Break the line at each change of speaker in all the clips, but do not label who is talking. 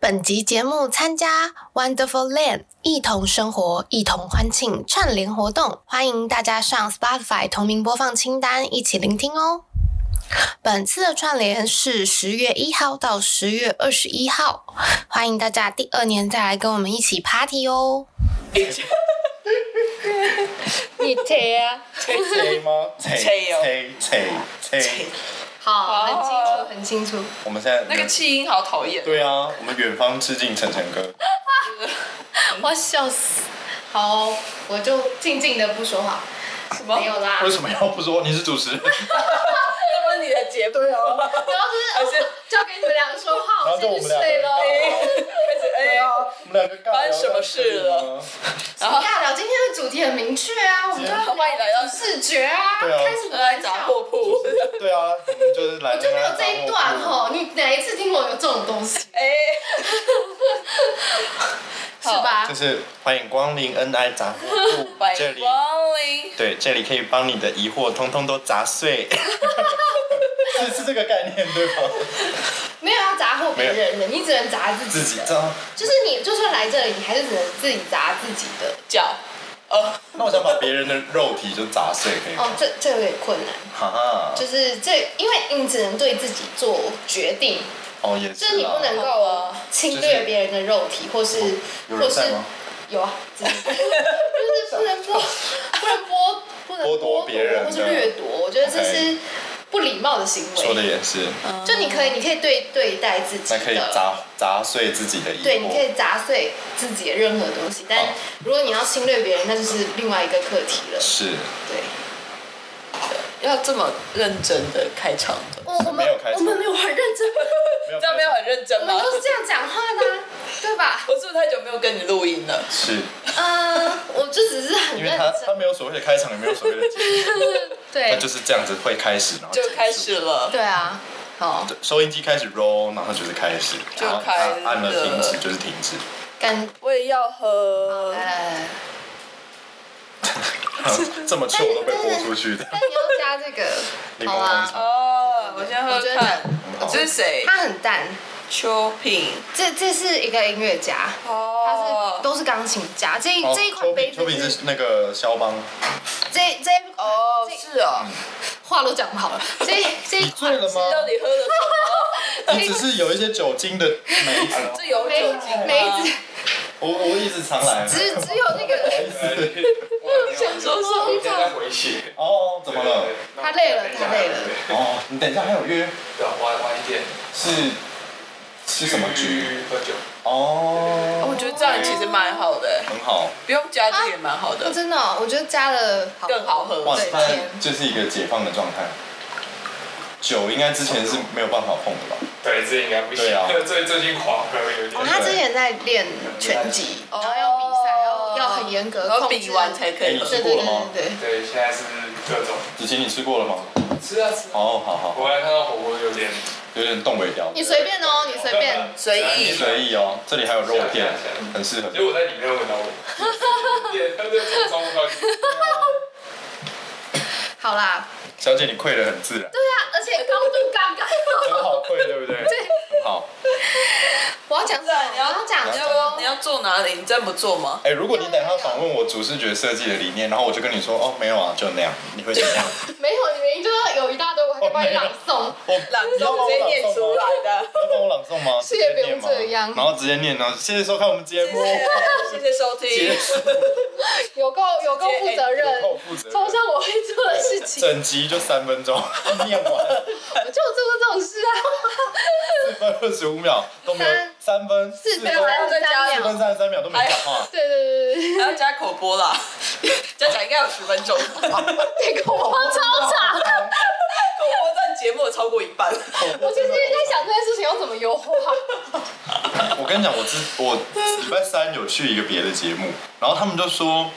本集节目参加 Wonderful Land 一同生活、一同欢庆串联活动，欢迎大家上 Spotify 同名播放清单一起聆听哦。本次的串联是十月一号到十月二十一号，欢迎大家第二年再来跟我们一起 party 哦。
你贴啊，
吹吹吗？吹
吹哦
吹吹吹。
好，
很清楚
很清楚。
我们现在
那个气音好讨厌。
对啊，我们远方致敬晨晨哥。
我笑死。好，我就静静的不说话。
什么？
没有啦，
为什么要不说你是主 持人？
这不是你的节目？对啊。
然后
还
就是
是
交给你们两个说话，
然后
我
就
先
我
去
们两个
睡
人
喽。
开始哎呀，
我们两个尬聊
发生什么事了？然后
尬聊今天的主题很明确啊，我们就要
欢迎来
聊
到
视觉啊，
对啊
开什么
来
玩
杂
笑？
货铺。
对啊，我们就是来。
我就没有这一段。吼，
啊
你哪一次听我有这种东西？
哎，
是
好
吧
就？是欢迎光临恩爱杂货铺
欢，
这
迎
里
光临。
对，这里可以帮你的疑惑通通都砸碎。 是是这个概念对吧？
没有要砸祸别人的，你只能砸自
自
己
己
的。
这样。
就是你就算来这里，你还是只能自己砸自己的。
脚，呃，
那我想把别人的肉体就砸碎，可以吗？
哦，这这有点困难，
哈哈。
就是这，因为你只能对自己做决定，
哦，也是
就
啦。
是你啊不能够侵略别人的肉体，或是
哦有
或
人
是
在吗？
有啊，只 是就是不能剥，不能剥，不能
剥夺别人
或是掠夺，我觉得这
OK
是不礼貌的行
说的
为。
也是，
就你可以，你可以对对待自己
那可以
的，
砸砸碎自己的疑惑。
对，你可以砸碎自己的任何东西。但
好
如果你要侵略别人，那就是另外一个课题了。
是，
对，
要这么认真的开场的，
我我们
没有开始
我们没有很认真，
没有
这样没有很认真
我
吗
们？都是这样讲话的啊，对吧？
我是不是太久没有跟你录音了？
是，
嗯， 我就只是很
因
认
为他他
真，
没有所谓的开场，也没有所谓的结束， 他
对
就是这样子会开始，然后
就
结束
开始。了，
对啊，好，
对收音机开始 roll，然后就是开始，
就
然后
开
按按了
了
停止就是停止，
感
我也要喝。
来来来。
这么臭都被播出去的。
但你要加这个
你，
好
刚刚
啊，
哦，我先喝
我觉
喝
得
看。
好
这是谁？
它很淡。
秋品。
这这是一个音乐家，它
哦
是。都是钢琴家。这一
哦
这一款杯
秋饼秋饼
子是
是那个肖邦，
这这一
哦，是哦。
话都讲不好了。这这一款
了吗
到底喝了什
你只是有一些酒精的梅子
么？，这有
梅
酒精吗？
梅子
我我一直常 来。
只只有那个
想说
我
说
现在回血，
哦，怎么了？
他累了他累了
哦，你等一下还有约
对，晚晚一点
是是什么局？
去喝酒？
哦，
我觉得这样其实蛮好的，
很好，
不用加这个也蛮好的
哦，真的哦，我觉得加了好
更好喝。
哇，
对
他就是一个解放的状态。酒应该之前是没有办法碰的吧？
对，这应该不行。
对啊
最最近狂喝有
哦，
点。
他之前在练拳击，
哦
然后要比赛，要要很严格
然后
控制
比完才可以喝。
对对对对对，
对，现在是各种
子晴，你吃过了吗？
吃啊吃啊。
哦，好好，好
我刚才看到火锅有点
有点冻尾掉。
你随便哦，你随便。
随意
随意哦，这里还有肉片，很适合
其。实我在里面闻到我， 也他在装不到。
好啦，
小姐，你溃的很自然，
对啊，而且高度刚刚好。
很好溃，对不对？很好。
我要讲什么？
你要
我讲
你
什
要
么
你？要坐哪里？你真不坐吗？
哎，如果你等一下访问我主视觉设计的理念，然后我就跟你说，哦，没有啊，就那样，你会怎么样？
没有，你明明就是有一大堆，我还可以帮你朗诵。
我
朗诵直接念出来的。
要帮我朗诵 吗？
是也不
直接念
用
吗
这样
然后直接念，然后谢谢收看我们 节目，
谢谢收
结
听。
束，
有够哎有够负责任，
后负责
超
任。
像我会做的事情，
整集就三分钟，念完
我就有做过这种事啊。
四分二十五秒都没有，三分
四分
分
三
四
十三
四
秒，
分三十三秒都没讲话，
对对对对
还要加口播啦，加起来应该有十分钟。口
对，那个我超长。
播占节目超过一半。
哦
我其实一直在想这件事情要怎么 优化。
我跟你讲，我之我礼拜三有去一个别的节目，然后他们就说，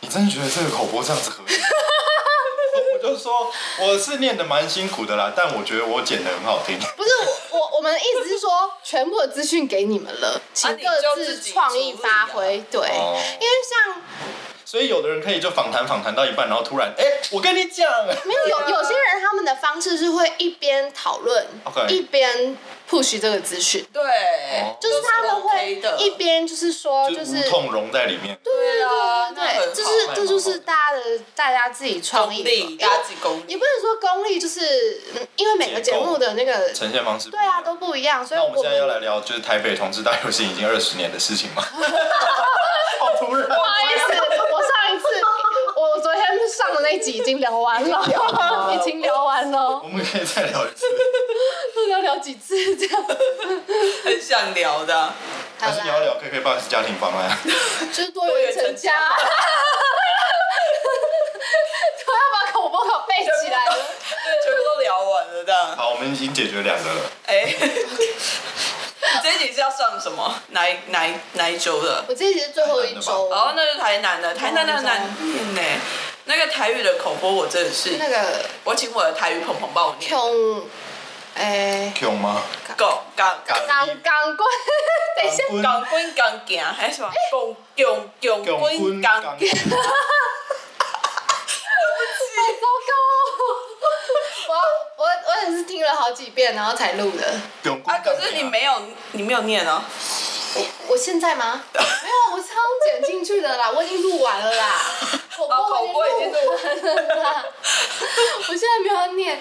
你真的觉得这个口播这样子合理吗？ 我就说我是念的蛮辛苦的啦，但我觉得我剪的很好听。
不是我我我们的意思是说，全部的资讯给你们了，请
啊你就
各
自
自
己
创意
处理
发
啊
挥。对，
啊哦
因为像
所以有的人可以就访谈访谈到一半，然后突然，哎、我跟你讲，
啊
没有有有些人他们的方式是会一边讨论
OK
一边 push 这个资讯。
对，
哦
就是
的
一边就是说
就
就是呃
无痛融在里面。
对啊，那很好
对，就是这就是大家的大家自己创
功
意，
力，
因为
大家自己功力
也。不能说功力，就是嗯因为每个节目的那个
呈现方式不一
对啊
样。
都不一样，所以
那我们
我
现在要
们
来聊，就是台北同志大游行已经二十年的事情 吗？好突然，
不好意思，我上一次我昨天上的那集已经聊完了，已经聊完了，
我们可以再聊一次，
要聊几次这 样？
很想聊的，
好
还是你要
啦，
聊 KK Box 家庭方案？
就是多元成家， 我要把口播稿背起来了。
对， 全部都聊完了的。
好，我们已经解决两个了。
哎， 你这一集是要上什么？哪一哪一哪一周的？
我这集是最后一周，
哦，那就台南的，台南的很难念呢。那个台语的口播，我真的是，
那个
我请我的台语鹏鹏帮我念。
琼，哎、
Q 吗？
狗港
港港棍，等一下，
港棍港行还是什么？
哎
共共共
港
棍
棍
港
港
行，
好糟哎糕哦！ 我我我也是听了好几遍，然后才录的。
港棍
啊！可是你没有，你没有念哦。
我我现在 吗？没有，我是刚剪进去的啦，我已经录完了 啦。口播我已经录完了啦， 我现在没有要念。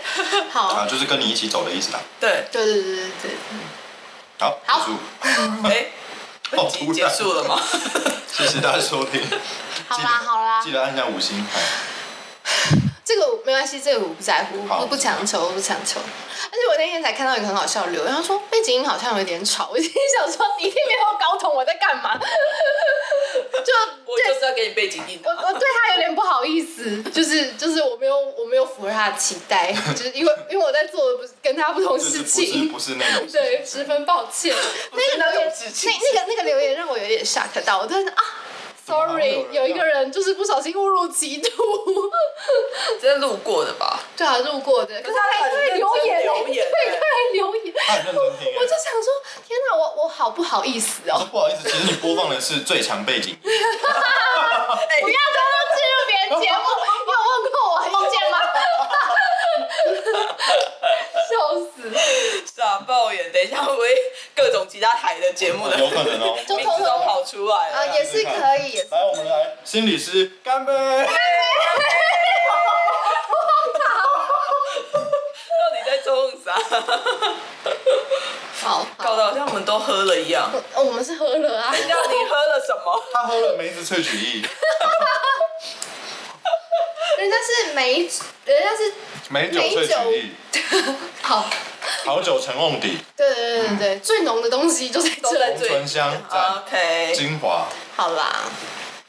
好
啊，，就是跟你一起走的意思啊。
对，
对对对对对，
好，
好
结束，
哎，
好
本集
突
结
然
束了吗？
谢谢大家收听。
好
记得
啦好啦
记，得按下五星。哎
这个我没关系，这个我不在乎，
好
我不强求，我不强求。而且我那天才看到一个很好笑的留言，他说背景音好像有点吵，我心里想说你一定没有搞懂我在干 嘛。就
我就是要给你背景音
我我
的。
哦对他有点不好意思，就是就是我没有我没有符合他的期待，就是因为因为我在做的不是跟他不同
就是
事
不是
情，
不是那种事
对，十分抱歉。那个留言，
那种事情
那那个那个留言让我有点吓到，我真的啊
么好像
，sorry，
有人
有一个人就是不小心误入歧途，
啊这是路过的吧？
对啊，路过的，可是他还
可是他很认
会
真
留言欸，
留言欸
对，他还留言，
他很认真听。哎
我就想说，天哪，我我好不好意思
我
哦
说，不好意思，其实你播放的是最强背 景。
不要偷偷进入别人节目，你有问过我意见吗？ 笑死！
傻爆眼！等一下会不会各种其他台的节目的
有可能哦
就
名字都跑出来
啊，
了？
也是可以，也是
来，我们来，心理师干杯。
到底在冲啥？
好。
搞得好像我们都喝了一样。
哦我们是喝了啊，
那你喝了什么？
他喝了梅子萃取 液，
人家是梅，人家是
美酒萃取液，
好，
好酒陈瓮底，
对对对对对，最浓的东西就在
都在
红
这。
醇香赞
OK，
精华。
好啦，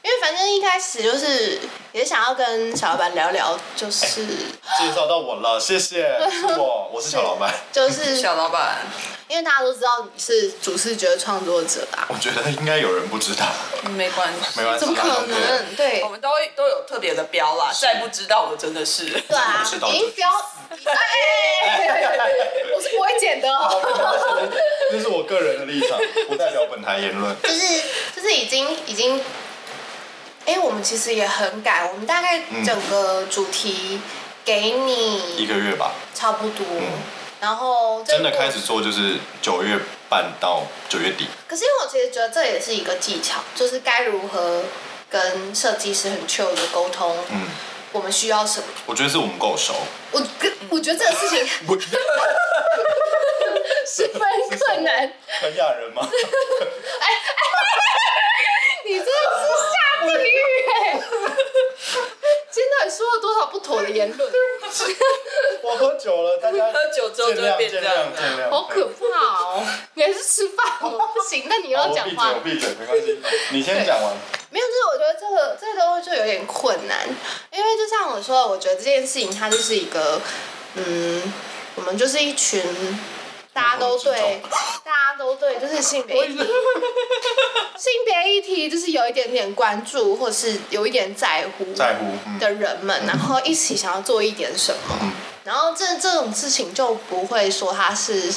因为反正一开始就是也想要跟小老板聊聊，就是
介绍到我了，谢谢，是我，我是小老板。
就是
小老板，
因为大家都知道你是主视觉创作者啊，
我觉得应该有人不知道，
没关系
没。关系，
怎么
大家
可
都知道
能？对
我，们都会都有特别的标啦，再不知道我真的 是
对啊
哦知道，就
已经标，哎，我是不会剪的哦。
这是我个人的立场，不代表本台言论。
就是就是已经已经，哎、我们其实也很赶，我们大概整个主题给
一
你
个月吧，
差不多，然后
嗯
这
真
个
的开始。做就是九月半到九月底，
可是因为我其实觉得这也是一个技巧，就是该如何跟设计师很 chill 的沟通，
嗯，
我们需要什么。
我觉得是我们够 熟，
我跟我觉得这个事情啊
不
十分困难，
很雅人吗？
你真的是下地狱哎、今天到底说了多少不妥的言论？
我喝酒了，大家
喝酒之后就会变这
见
样
谅
的。
见谅，
好可怕哦！你还是吃饭哦，不行，那你又
好
要
我
讲
闭嘴，
话
我。闭嘴，没关系，你先讲完。
没有，就是我觉得这个这个东西就有点困难，因为就像我说的，我觉得这件事情它就是一个，嗯，我们就是一群大家都
我
对
很，
大家都对，就是性别议题，性别议题就是有一点点关注，或是有一点在乎
在乎，嗯，
的人们，然后一起想要做一点什么。
嗯
然后这这种事情就不会说他是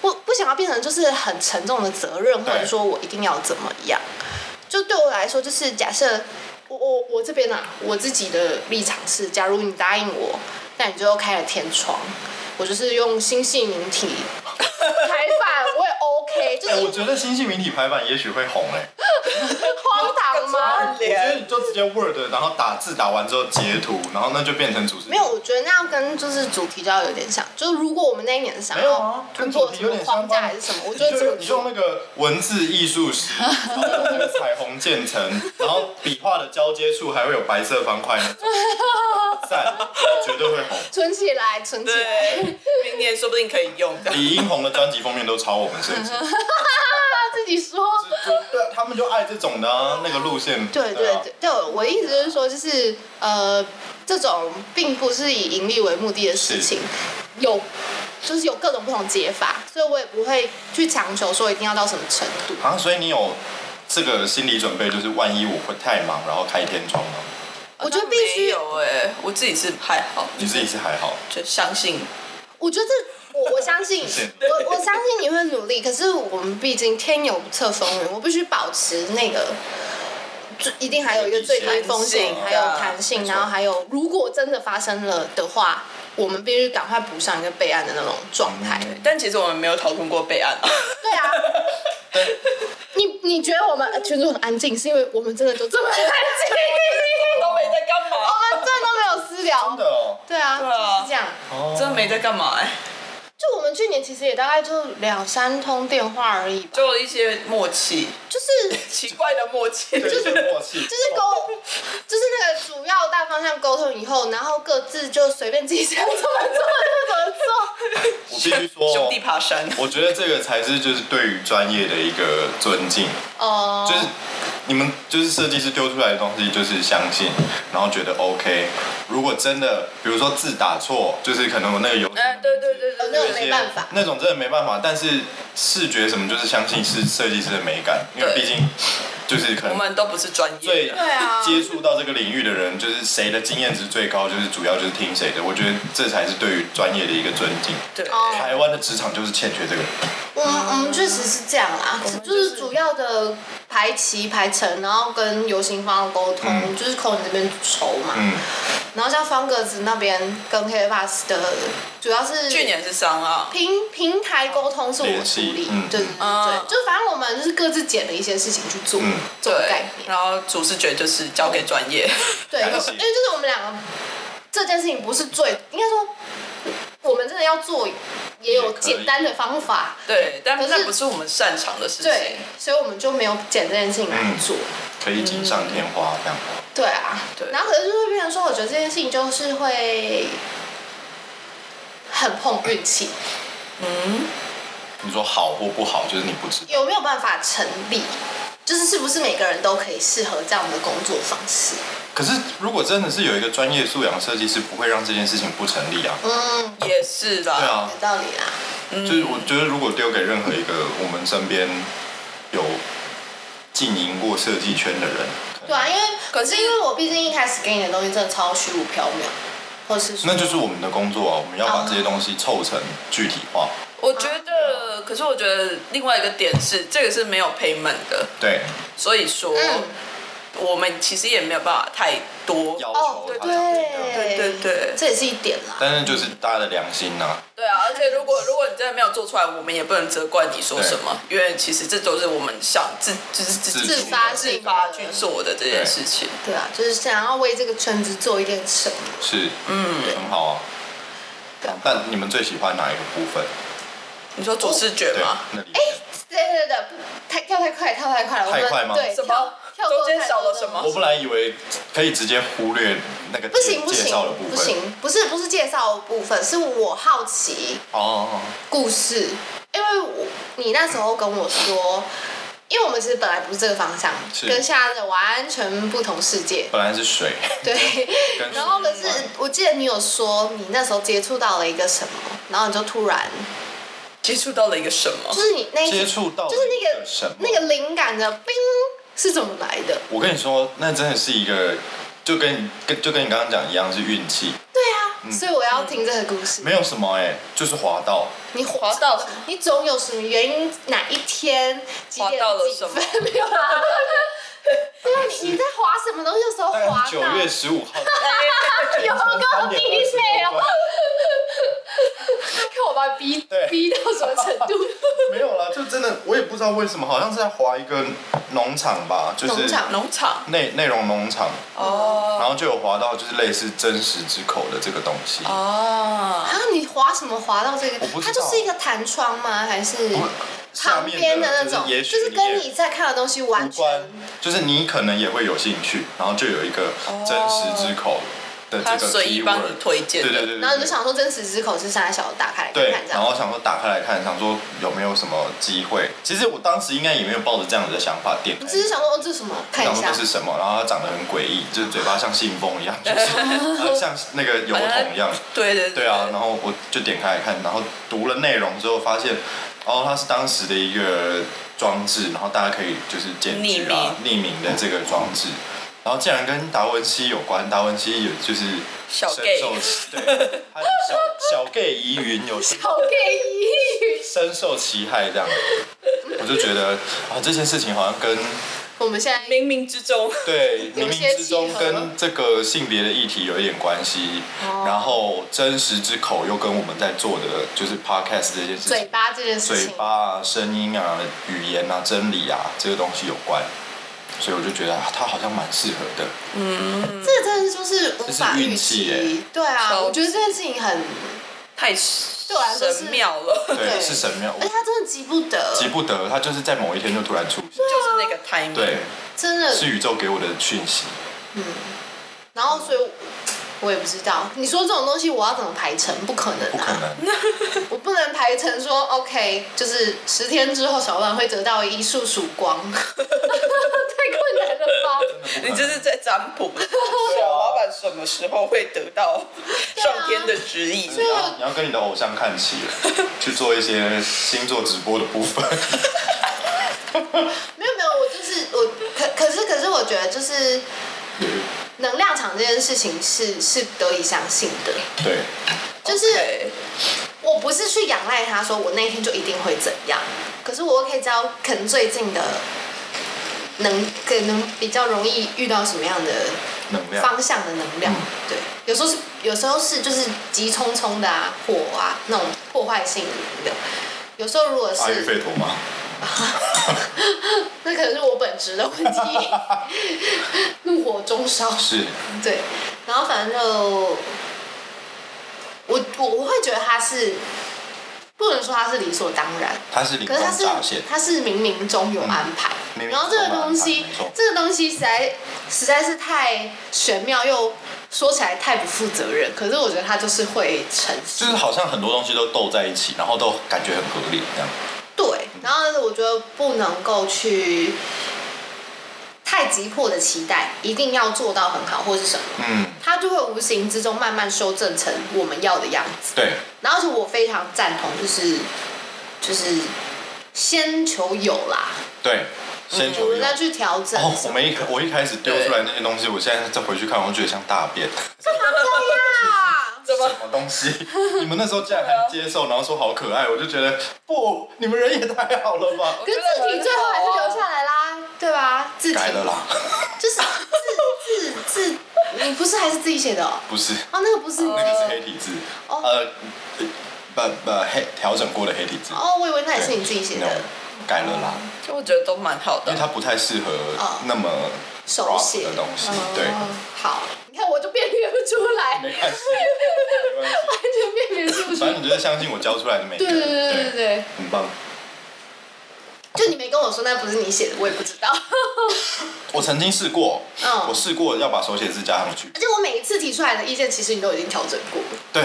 不不想要变成就是很沉重的责任，或
对
者说我一定要怎么样。就对我来说，就是假设我我我这边呢、啊，我自己的立场是，假如你答应我，那你就开了天窗。我就是用新系名体开饭，我也 OK，就
哎、
是
我觉得新兴媒体排版也许会红 哎、
荒唐吗？
我觉得你就直接 Word，然后打字打完之后截图，然后那就变成主持人。
没有，我觉得那样跟就是主题就要有点像，就是如果我们那一年想
没有
要
啊，
突
跟主
破
题
什
有
么
点相
框架
关。
还是什么， 我觉
你
得
就
这个
你用那个文字艺术史， 然后用那个彩虹渐层，然后笔画的交接处还会有白色方块那种，赞，绝对会红。
存起来，存起来。
对，明年说不定可以 用的。
李英红的专辑封面都抄我们设计，
他自己 说。
就对，他们就爱这种的啊、那个路线。
对对
啊
对，对我的意思就是说，就是呃，这种并不是以盈利为目的的事情，有就是有各种不同解法，所以我也不会去强求说一定要到什么程度。
啊，所以你有这个心理准备，就是万一我会太忙，然后开天窗吗？
我觉得必须
没有哎、我自己是还好，
你自己是还好，
就相信
我觉得这我我相信，
谢谢
我我相信你会努力。可是我们毕竟天有不测风云，我必须保持那个，就一定还有一个最低风险，
弹性
还有弹性，
没错
然后还有如果真的发生了的话，我们必须赶快补上一个备案的那种状态。
但其实我们没有讨论过备案啊。
对啊，你你觉得我们呃群主很安静，是因为我们真的就这么安静，
都没在干嘛，
我们真的都没有私聊
真的。哦。
对啊，
对啊
就是这样。
哦
真的没在干嘛哎、
就我们去年其实也大概就两三通电话而已吧，
就一些默契，
就是
奇怪的默契，
对就是默契，就
就是沟，就是那个主要大方向沟通以后，然后各自就随便自己想怎么做就怎么做。
我必须说哦，
兄弟爬山，
我觉得这个才是就是对于专业的一个尊敬，
哦、
就是你们就是设计师丢出来的东西就是相信，然后觉得 OK。如果真的比如说字打错，就是可能我那个游戏
哎、对对对
呃
对
那
对，
种没办法，
那种真的没办法。但是视觉什么就是相信是设计师的美感，因为
对
毕竟就是可
我
能
们都不是专业
最
的，
对啊
接触到这个领域的人，就是谁的经验值最高，就是主要就是听谁的。我觉得这才是对于专业的一个尊敬。
对，
哦
台湾的职场就是欠缺这个。
我们我们确实是这样啦，可是就是主要的排期排程，然后跟游行方的沟通，
嗯
就是扣你这边筹嘛。
嗯，
然后像方格子那边跟 K Bus 的，主要是
去年是商啊，
平平台沟通是我
联
处
系
理，
嗯
对对对对，
嗯
就反正我们就是各自捡了一些事情去做，
嗯
这种概
对，
念。
然后主视觉就是交给专 业，
对，因为
感谢
就是我们两个这件事情不是最，应该说我们真的要做也有
也可以
简单的方法，
对，但
可是
那不是我们擅长的事
对
情，，
所以我们就没有捡这件事情来做。
可以锦上添花这样。
对啊，
对
嗯
然后可是就会变成说，我觉得这件事情就是会很碰运气，
你说好或不好，就是你不知道。
有没有办法成立？就是是不是每个人都可以适合这样的工作方式？
可是如果真的是有一个专业素养设计师，不会让这件事情不成立啊。
嗯，
也是
对
啦，
啊
有，道理啦。
就是我觉得如果丢给任何一个我们身边有经营过设计圈的人，可能
对啊，因为
可是
因为我毕竟一开始给你的东西真的超虚无缥缈，或是说
那就是我们的工作啊，我们要把这些东西凑成具体化。
我觉得，可是我觉得另外一个点是，这个是没有 payment 的，
对，
所以说、
嗯
我们其实也没有办法太多，
要
哦
求，它长这样。
对
对
对对
这也是一点啦。
但是就是大家的良心呐、啊，
对啊，而且如果如果你真的没有做出来，我们也不能责怪你说什么，因为其实这都是我们想自就是自
自
自发性
自
的
发去做的这件事情。
对啊，就是想要为这个圈子做一点什么。
是，嗯，很好啊。
对啊
那你们最喜欢哪一个部分？
你说主视觉
对
哎
吗？，
那里面。
对对对对，不太跳太快，跳太快了。我
太
们
快吗
对，
什么
跳跳过
中间
太
少
多
了什么
东西
我本来以为可以直接忽略那个
不行
介
不
介
行
绍的部分，
不行，不是不是介绍的部分，是我好奇
哦，
故事，因为我你那时候跟我说。因为我们其实本来不是这个方向，
是
跟现在的完全不同世 界。
本来是水，
对，
跟
然后可是
水有关
我记得你有说你那时候接触到了一个什么，然后你就突然
接触到了一个什么
就？是你那一
接触到
就是那
了
个
什么
那个灵感的冰是怎么来的？
我跟你说，那真的是一个，就跟你跟就跟你刚刚讲一样，是运气，
对啊，所以我要听这个故事。
没有什么哎、就是滑到，
你
嗯滑到什么
你总有什么原因？哪一天几点
滑到了
几
什么
分？没有啦。 对啊，你你在滑什么东西的时候
哎
大概
滑
是九
到？啊
月十五号，
有够
三
低哦
点二十
配
五分！
哦
看我把他逼
对
逼到什么程度？
没有啦，就真的我也不知道为什么，好像是在划一个农场吧，就是
农场
农场
内内容农场，
哦
然后就有划到就是类似真实之口的这个东西。
哦
啊，你滑什么滑到这个
我不？知道
它就是一个弹窗吗？还是
下
旁边
面
的那
就
种？
是也许
就是跟
也
你在看的东西
无
完全
关，就是你可能也会有兴趣，然后就有一个真实之口的
他
这个
随
k
意
e
帮你推荐
对
的
对对对，
然后你就想说真实之口是上海小的，打开来看
对
看，这
然
样。
后想说打开来看，想说有没有什么机会。其实我当时应该也没有抱着这样子的想法点开，
你只是想说哦，这是什么？看一
想说
下
这。是什么，然后它长得很诡异，就是嘴巴像信封一 样，就是呃像那个油桶一样。
对对
对啊，然后我就点开来看，然后读了内容之后发现，哦，它是当时的一个装置，然后大家可以就是检举啊，匿名的这个装置，然后竟然跟达文西有关，达文西有就是
小
深
gay
受其对，他小小 gay 疑云 有深
好 gay
深受其害这样，我就觉得啊这件事情好像跟
我们现在
冥冥之中，
对，冥
有
冥
些
之
契
中
合
跟这个性别的议题有一点关系，
哦
然后真实之口又跟我们在做的就是 podcast 这件事
嘴
情，
巴这件事
嘴
情，
巴啊、声音啊、语言啊、真理啊这个东西有关，所以我就觉得、啊、它好像蛮适合的。
这个真的就是无法
这是
预
运气
期
耶。
对啊，
超
我觉得这件事情很，
太
对我来说是
神妙 了，
对，
对
是神庙，
而且
我
他真的急不得，
急不得，它就是在某一天就突然出现，
就是那个 timing。
对，
真的。
是宇宙给我的讯息。
然后所以我，我也不知道，你说这种东西我要怎么排成？不可能、啊，
不可能，
我不能排成说 OK，就是十天之后小万会得到一束曙光。
太困难了吧？
你这是在占 卜，小老板什么时候会得到上天的指引？
啊
你要你要跟你的偶像看齐了，去做一些星座直播的部 分。
没有没有，我就是我可可是可是我觉得就是能量场这件事情是是得以相信的，
对，
就是
对
我不是去仰赖他说我那一天就一定会怎样，可是我可以知道可能最近的能可能比较容易遇到什么样的
能量。
方向的能量，对，有时候是有时候是就是急匆匆的啊，火啊那种破坏性的，有时候如果
阿育
是
吠陀吗？
那可能是我本职的问题，怒火中烧，
是，
对，然后反正就我我我会觉得他是不能说他是理所当然，
它是灵
可
光
是他
乍
是
现，
他是冥冥中有安排，
嗯冥冥
然后这个
中有安排
东西
没错
这个东西实在实在是太玄妙，又说起来太不负责任。可是我觉得它就是会成
就
事，
是好像很多东西都斗在一起，然后都感觉很合理这样。
对。
嗯
然后我觉得不能够去太急迫的期待，一定要做到很好或是什么，
嗯，
它就会无形之中慢慢修正成我们要的样子。
对，
然后而且我非常赞同，就是就是先求有啦，
对，先
我
求
们
有。
再去调整什么
哦
的。，
我们一开我一开始丢出来那些东西，我现在再回去看，我觉得像大 便，
啊
怎么
什么东西？你们那时候竟然还接受，然后说好可爱，我就觉得不，你们人也太好了 吧？
可是字体最后还是留下来啦，对吧？字体
改了啦，
就是字字字，你不是还是自己写的哦？
不是，
哦，那个不是你
那个是
的
黑体字，
哦
呃，不不黑调整过的黑体字，
哦，我以为那也
对
是你自己写的
no，改了啦。
就我觉得都蛮好
因
的
为。它不太适合
哦
那么
手写
rough 的东西，
哦
对，
好，你看我就辨别不出来，完
没关系，没关 系，
全辨别不出
反
来。
正你就是相信我教出来的每一
对
个
对
人，
对对对对，
很棒。
就你没跟我说那不是你写的，我也不 知道。
我曾经试过，
嗯
我试过要把手写字加上去，
而且我每一次提出来的意见，其实你都已经调整过了，
对，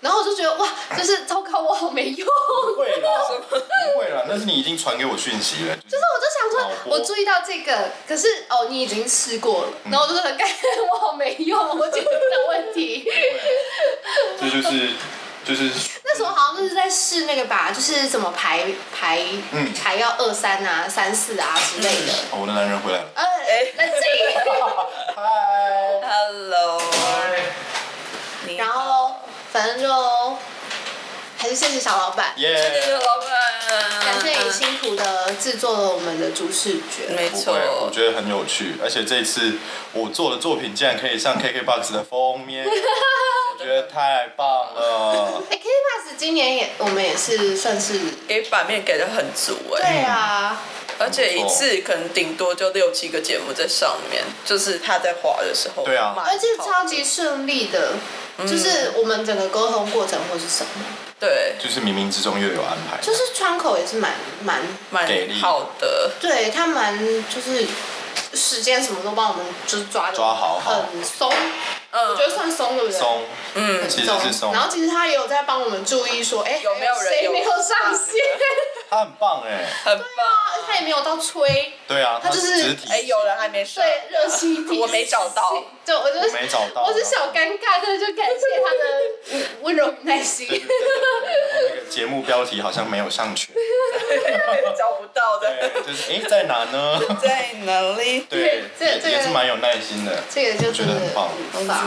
然后我就觉得哇，就是糟糕，我好没用。
不会啦，不会啦，那是你已经传给我讯息了，就是
那我就想
脑
说，
波
我注意到这个，可是哦，你已经试过了，然后我就很感我好没用，我解决不了问题。
这就是就是
那时候好像就是在试那个吧，就是怎么排排
嗯
排要二三啊、三四啊之类的。
哦我的男人回来了，
呃，
哎
冷静。
嗨，
Hello，你
然
好，
后反正就还是谢谢小老板，
谢谢
耶，
老板，
感谢你辛苦的制作了我们的主视觉。
没
不会，我
错，
觉得很有趣，而且这一次我做的作品竟然 可以上 KKBOX 的封面，我觉得太棒了。
哎，K Pass 子今年也我们也是算是
给版面给的很足哎、
对啊，
而且一次可能顶多就六七个节目在上面，就是他在滑的时候，
对啊
蛮好
而且超级顺利的，
嗯
就是我们整个沟通过程或是什么，
对，
就是冥冥之中又有安排。
就是窗口也是蛮蛮，
蛮
给力
好的，
对他蛮就是时间什么都帮我们就是抓得
抓好好
很松，我
嗯
觉，得算松对不对？
松，
嗯
其实是松
然，后其实他也有在帮我们注意说，哎、
有没有人
谁
有
没有上 线？
他很棒哎，
很棒，
他也没有到催，
对啊，
他就是
只提
哎、有人还没睡，
对，热心提醒
我没找 到，
对，我就是
我没找到
我是小尴尬，但是就感谢他的嗯温柔与耐心。
对对对对对那个节目标题好像没有 上去，
找不到的，
对，就是哎在哪呢？
在哪里？
对，
这
也
这个
也是蛮有耐心的，
这个就
觉
真
得
的
很棒
很棒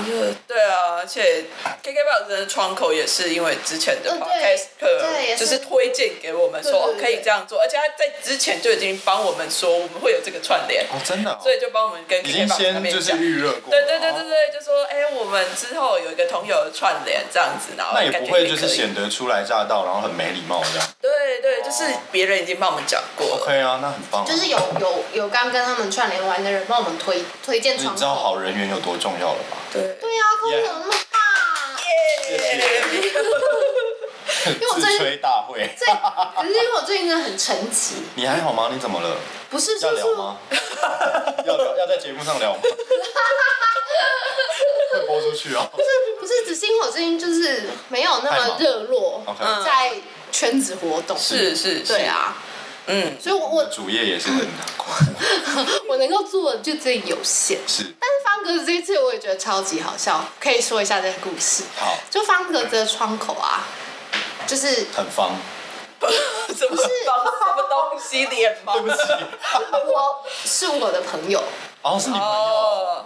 对啊，而且 KKBOX 的窗口也是因为之前的
嗯对
podcast
对也
客就
是
是推荐给我们说
对对
哦
对
可以这样做，而且他在之前就已经帮我们说我们会有这个串联，
哦，真的哦，
所以就帮我们跟
已经
KKBOX 那
先
边
就是
讲。
预热过了，
对对对对
哦，
对，就说哎、我们之后有一个同友的串联这样子，然后
那也
感
不
觉
会
可
就
以
是显得初来乍到，然后很没礼貌这样。
对对，就是别人已经帮我们讲过了，
OK 啊，那很棒啊。
就是有有有刚跟他们串联完的人帮我们推推荐
你
窗
知道
口，
好人缘有多重要了吧？
对。
对啊，空怎么那么大？
谢谢。
为我最
自吹大会，
最可是因为我最近真的很沉寂，
你还好吗？你怎么了？
不是
要
就是
聊吗？要聊要在节目上聊 吗？会播出去哦。
不是，只是因为我最近就是没有那
太
么
忙
热络
OK，
嗯
在圈子活动，
是是是
对，啊，
嗯，
所以我
我
我
主业也是很难跨，
我能够做的就最有限。
是
但是方格子这次我也觉得超级好笑，可以说一下这个故事。
好，
就方格子的窗口啊，就是
很方。
什么帮什么东西脸吗
对？不起，
我是我的朋友，
哦，是你朋友
哦，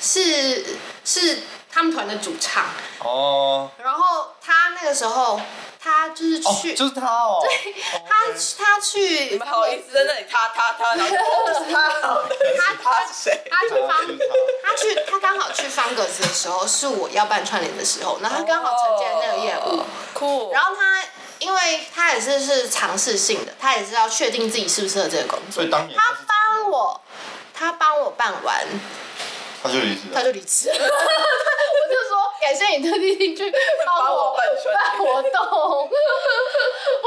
是是他们团的主唱，
哦
然后他那个时候他就是
哦，
去、
就是他哦。
他他去
你们好意思在那里他他他，然后就哦不是他，
他
他是谁？
他去
就
方
是他
他去，他刚好去方格子的时候，是我要办串联的时候，然后他刚好承接那个业务，
哦
酷。
然后他，因为他也是是尝试性的，他也是要确定自己适不适合这个工作
所，以当年
他
是
帮我，他帮我办完，
他就离职
他
了。
就离职了，我就说感谢你特地进去帮
帮
我
我办春联
办活动，哦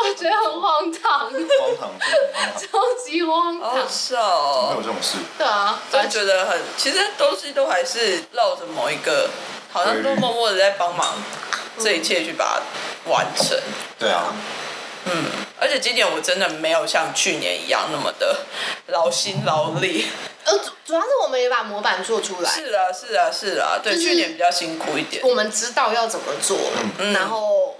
我觉得很荒唐，
荒唐，真的很荒唐，
超级荒
好
唐，
笑
会有
哦，
这种事？
对啊，
就觉得很，其实东西都还是绕着某一个，好像都默默的在帮忙这一切去把它完成。
对啊，
嗯
而且今年我真的没有像去年一样那么的劳心劳力。
呃，主主要是我们也把模板做出来，
是啊，是啊，是啊，对，
就是
去年比较辛苦一点，
我们知道要怎么做，
嗯
然后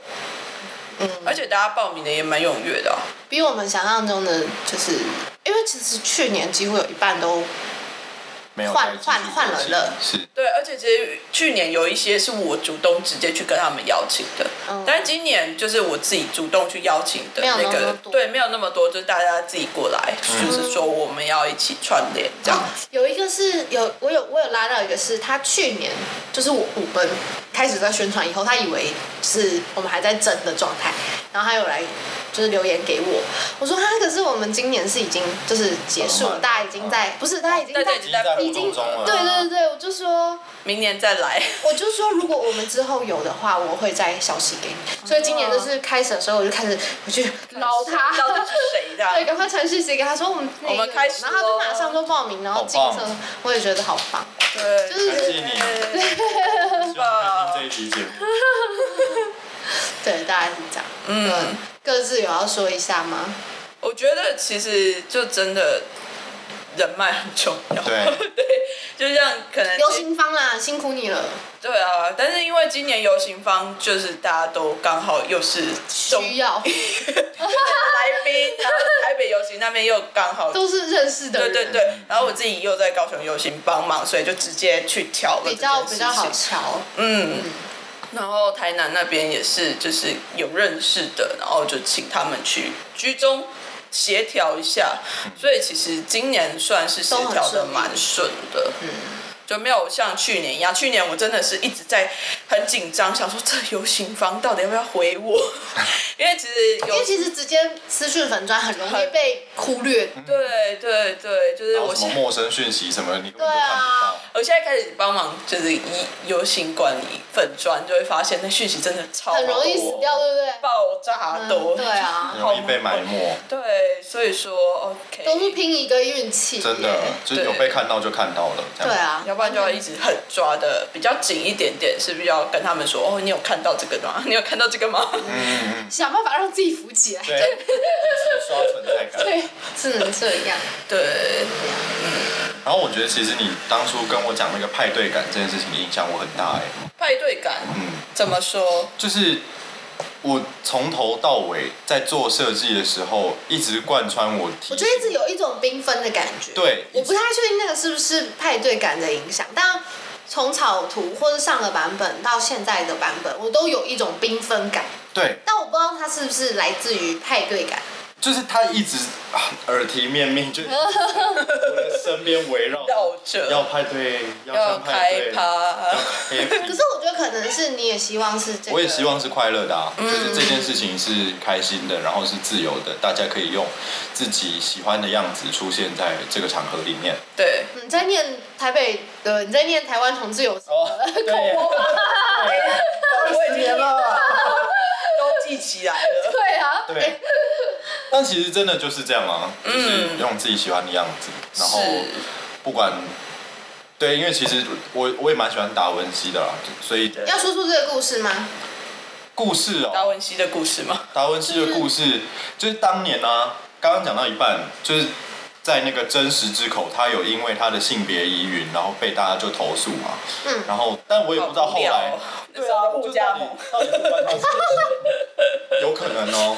而且大家报名的也蛮踊跃的啊、
比我们想象中的，就是因为其实去年几乎有一半都
没有
换
再继续
换换了了
是
对，而且其实去年有一些是我主动直接去跟他们邀请的，
嗯
但是今年就是我自己主动去邀请的
没有
那个
那么，多
对，没有那么多，就是大家自己过来，就是说我们要一起串联这样子。
有一个是有我有我有拉到一个是他去年就是我我们开始在宣传以后，他以为是我们还在争的状态，然后他有来就是留言给我，我说他可是我们今年是已经就是结
哦
慢
束了，
慢
大家已经在不是大家已经
大家
在
已经
在
在
活
已经
动中了，
对对
哦
对，我就说
明年再 来，
我就说，如果我们之后有的话，我会再消息给你。所以今年就是开始的时候，我就开始我去捞 他，
到哦底是谁这样
对，赶快传讯息给他说我们
我们开始哦
然后他就
咯
马上就报名，然后进
好棒
车，我也觉得好棒，
对，
就是
感谢你希
啊
望你会听这一集节目。
对，大概是这样。
嗯，
各自有要说一下吗？
我觉得其实就真的人脉很重要，
对
就像可能
刘新芳啊，辛苦你了，
对啊，但是因为今年游行方就是大家都刚好又是中
需要
来宾，然后台北游行那边又刚好。
都是认识的
对
人，
对对，然后我自己又在高雄游行帮忙，所以就直接去调了这
比
件
较
事
比较好
情
瞧。
嗯，然后台南那边也是，就是有认识的，然后就请他们去居中协调一下，所以其实今年算是协调的蛮顺的，嗯，就没有像去年一样。去年我真的是一直在很紧张，想说这游行方到底要不要回我？ 因为其实
因为
有。
其实直接私讯粉砖很容易被忽略，
对对对，就是
嗯然
我
后什
现
么
在
陌生讯息什么，你根本就
对
看不
啊
到。
我现在开始帮忙，就是一游行管理粉砖，就会发现那讯息真的超
很容易死掉，对不对？
爆炸多、
嗯对 啊
很容易被埋没，
对，所以说 OK，
都是拼一个运气，
真的就是有被看到就看到了，这
对
样。
啊，
要不然就要一直很抓的比较紧一点点，是不是要跟他们说哦，你有看到这个吗？ 你有看到这个吗？
嗯，嗯嗯，
想办法让自己浮起来，
对，啊一直刷存在感。
对，只能这样。
对，
然后我觉得其实你当初跟我讲那个派对感这件事情影响我很大哎、
派对感
嗯，
怎么说？
就是我从头到尾在做设计的时候，一直贯穿我提醒，
我觉得一直有一种缤纷的感觉。
对
我不太确定那个是不是派对感的影响，但从草图或者上个版本到现在的版本，我都有一种缤纷感，
对，
但我不知道它是不是来自于派对感。
就是他一直、啊耳提面命， 就我的身边围绕
绕着
要派对，要
要
像派
开
对，
趴，
要开
可是我觉得可能是你也希望是这个，
我也希望是快乐的啊，就是这件事情是开心的，然后是自由的，大家可以用自己喜欢的样子出现在这个场合里面。
对，
你在念台北的，你在念台湾同志友善，
哦，对，
我已经
了。
都 记起来了。
对啊，
对，但其实真的就是这样啊，就是用自己喜欢的样子，然后
是
不管。对，因为其实我我也蛮喜欢达文西的啦，就所以
要说出这个故事吗？
故事哦、
达文西的故事吗？
达文西的故事，就是当年呢、啊，刚刚讲到一半，就是在那个真实之口，他有因为他的性别疑云，然后被大家就投诉嘛。
嗯
然后，但我也不知道后来，
对啊，互
就
加
到底
盟，
到底是关他什么 事有可能哦，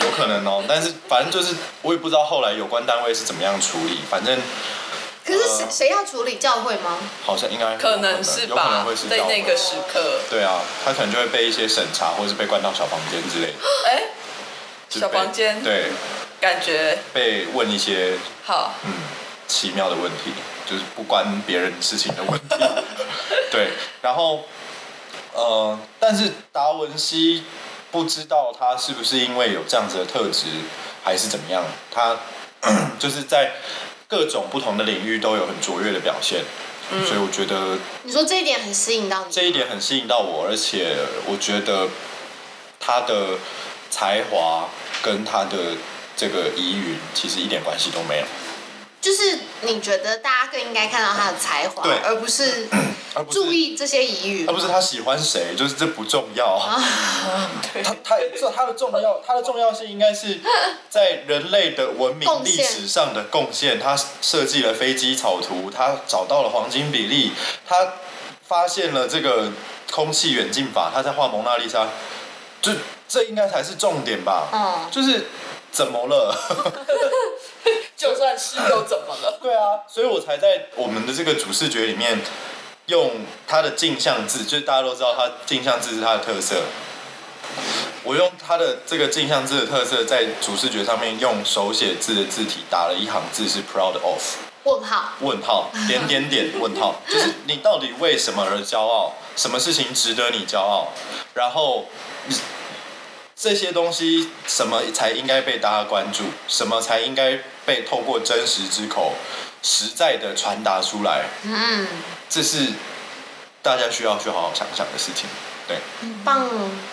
有可能哦，但是反正就是我也不知道后来有关单位是怎么样处理，反正
可是
呃
谁谁要处理教会吗？
好像应该有
可能是
有可能
吧
会是，
在
这样
那个时刻，
对啊，他可能就会被一些审查，或者是被关到小房间之类的。
哎，
就是
小
被
房间
对，
感觉
被问一些
好，
嗯，奇妙的问题，就是不关别人事情的问题。对，然后呃，但是达文西不知道他是不是因为有这样子的特质，还是怎么样，他 就是在各种不同的领域都有很卓越的表现。所以我觉得
你说这一点很吸引到
这
你，
一点很吸引到我，而且我觉得他的才华跟他的这个疑云其实一点关系都没有。
就是你觉得大家更应该看到他的才华
对，
而 不是
而不是
注意这些疑语
而。不是他喜欢谁，就是这不重要。
啊
他他这他的重要，他的重要性应该是在人类的文明
贡
历
献
史上的贡献。他设计了飞机草图，他找到了黄金比例，他发现了这个空气远近法，他在画蒙娜丽莎，这这应该才是重点吧？
嗯
就是怎么了？
就算是又怎么了？
对啊，所以我才在我们的这个主视觉里面用它的镜像字，就是大家都知道它镜像字是它的特色。我用它的这个镜像字的特色，在主视觉上面用手写字的字体打了一行字是 proud of
问号，
问 号点点点问号，就是你到底为什么而骄傲？什么事情值得你骄傲？然后你这些东西什么才应该被大家关注？什么才应该被透过真实之口实在的传达出来？
嗯，
这是大家需要去好好想想的事情。对，
很棒，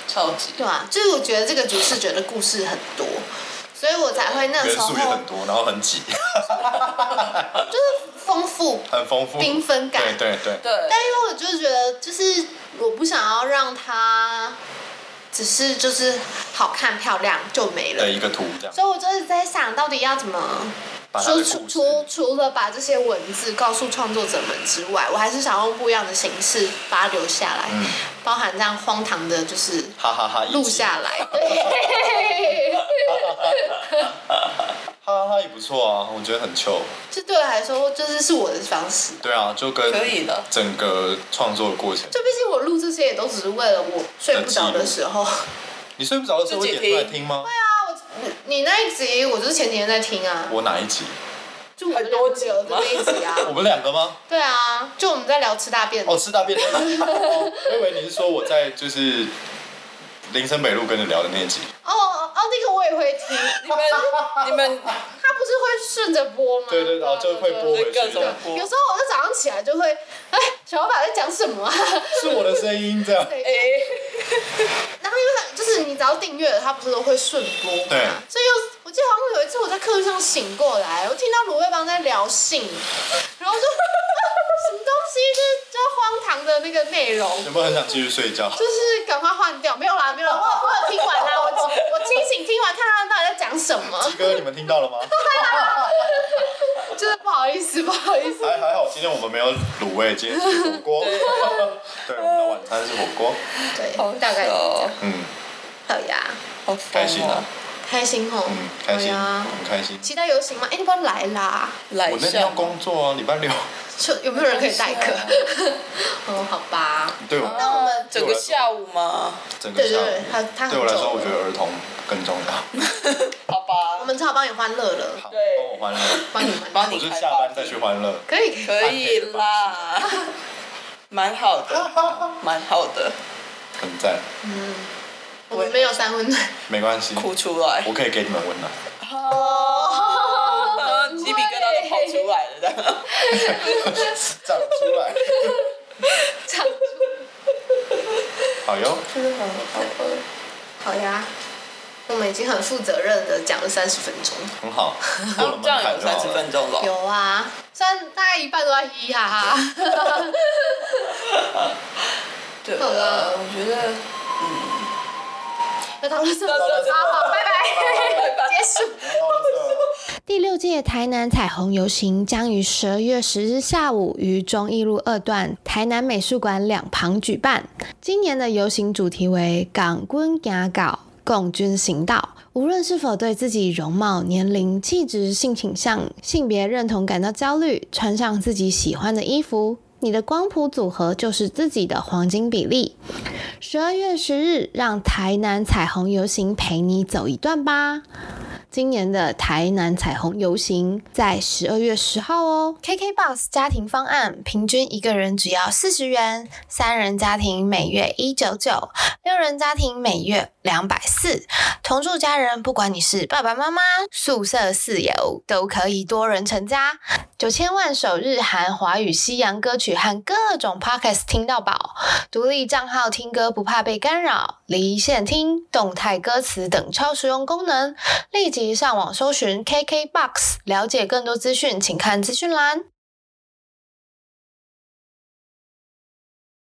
超级
对啊，就是我觉得这个主视觉的故事很多，所以我才会那
元
时候
素也很多，然后很挤，
就是丰富
很丰富，
缤纷感。
对对对，
对，
但因为我就觉得，就是我不想要让它只是就是好看漂亮就没了
的，一个图这样，
所以我就是在想到底要怎么
把它
说
的
除
故
除
事，
除了把这些文字告诉创作者们之外，我还是想用不一样的形式把它留下来，
嗯，
包含这样荒唐的，就是
哈哈哈，一
录
集
下 来。对，
哈哈哈也不错啊，我觉得很 chill。
这对我来说就是是我的方式。
对啊，就跟
可以 了
整个创作的过程，
就毕竟我录这些也都只是为了我睡不着的时 候。对
你睡不着的时候会点出来听吗？
啊，我你你那一集我就是前几天在听啊，
我哪一集？
就们两个有的那一集啊。
我们两个吗？
对啊，就我们在聊吃大便。
哦，吃大便。 哦我以为你是说我在就是林森北路跟你聊的那一集。
哦哦，哦那个我也会听，
你们你们
他不是会顺着播吗？
对对，然后就会播回
是各
去
种
的，
播
有时候我就早上起来就会，哎，小老板在讲什么啊？
是我的声音这样。
对
哎，
然后因为它就是你只要订阅了，它不是都会顺播嘛？
对
所以又我记得好像有一次我在课上醒过来，我听到鲁味帮在聊性，然后我就啊什么东西，就是就是荒唐的那个内容。
有没有很想继续睡觉？
就是赶快换掉，没有啦，没有啦，我我有听完啦，我我清醒听完，看他们到底在讲什么，
哥，你们听到了吗？
就是不好意思，不好意思。
还还好，今天我们没有卤味，今天是火锅。 对，我们的晚餐是火锅。
对，大概
哦，
嗯，
好呀，
好疯哦
开心啊，
开心吼，
嗯，开心，
好
啊
呀
很开心。
期待游行吗？哎、你不要来啦！
来
我
一
那天要
下，
工作啊，礼拜六。
就有没有人可以代课
没关？
哦，好吧。
对我
那我们
整个下午吗？
整个
对
下
对
午
对，他他很
对我来
重
说，
要
我觉得儿童更重要。
好
我
吧，
们只好帮你欢乐了，
好，
对
帮我欢乐，
帮你欢乐。
帮
我
你
是
开
下
吧
班再去欢乐。
可以，
可以啦，蛮好的，蛮好的，
很赞，
我们没有三温暖。
没关系，
哭出来
我，可以给你 们温暖。
然后哦鸡皮疙瘩都跑出来了，这样
长出来，
长出
好哟，
好呀，我们已经很负责任的讲了三十分钟。
很好，过了门
这样
槛
有
就
三
好
十
了
分。钟了，
有啊，虽然大概一半都在嘻嘻哈哈。
对
好
啊，
了
我觉得
要讨论什么？
到这
好好，拜
拜
拜，
拜
结束。
第六届台南彩虹游行将于十二月十日下午于忠义路二段台南美术馆两旁举办。今年的游行主题为“港军行搞，共军行道”。无论是否对自己容貌、年龄、气质、性倾向、性别认同感到焦虑，穿上自己喜欢的衣服，你的光谱组合就是自己的黄金比例。十二月十日，让台南彩虹游行陪你走一段吧。今年的台南彩虹游行在十二月十号哦。KKBOX 家庭方案平均一个人只要四十元，三人家庭每月一九九，六人家庭每月两百四。同住家人，不管你是爸爸妈妈、宿舍室友，都可以多人成家。九千万首日韩华语西洋歌曲和各种 podcast 听到饱，独立账号听歌不怕被干扰，离线听、动态歌词等超实用功能。立即上网搜寻 KKBOX，了解更多资讯，请看资讯栏。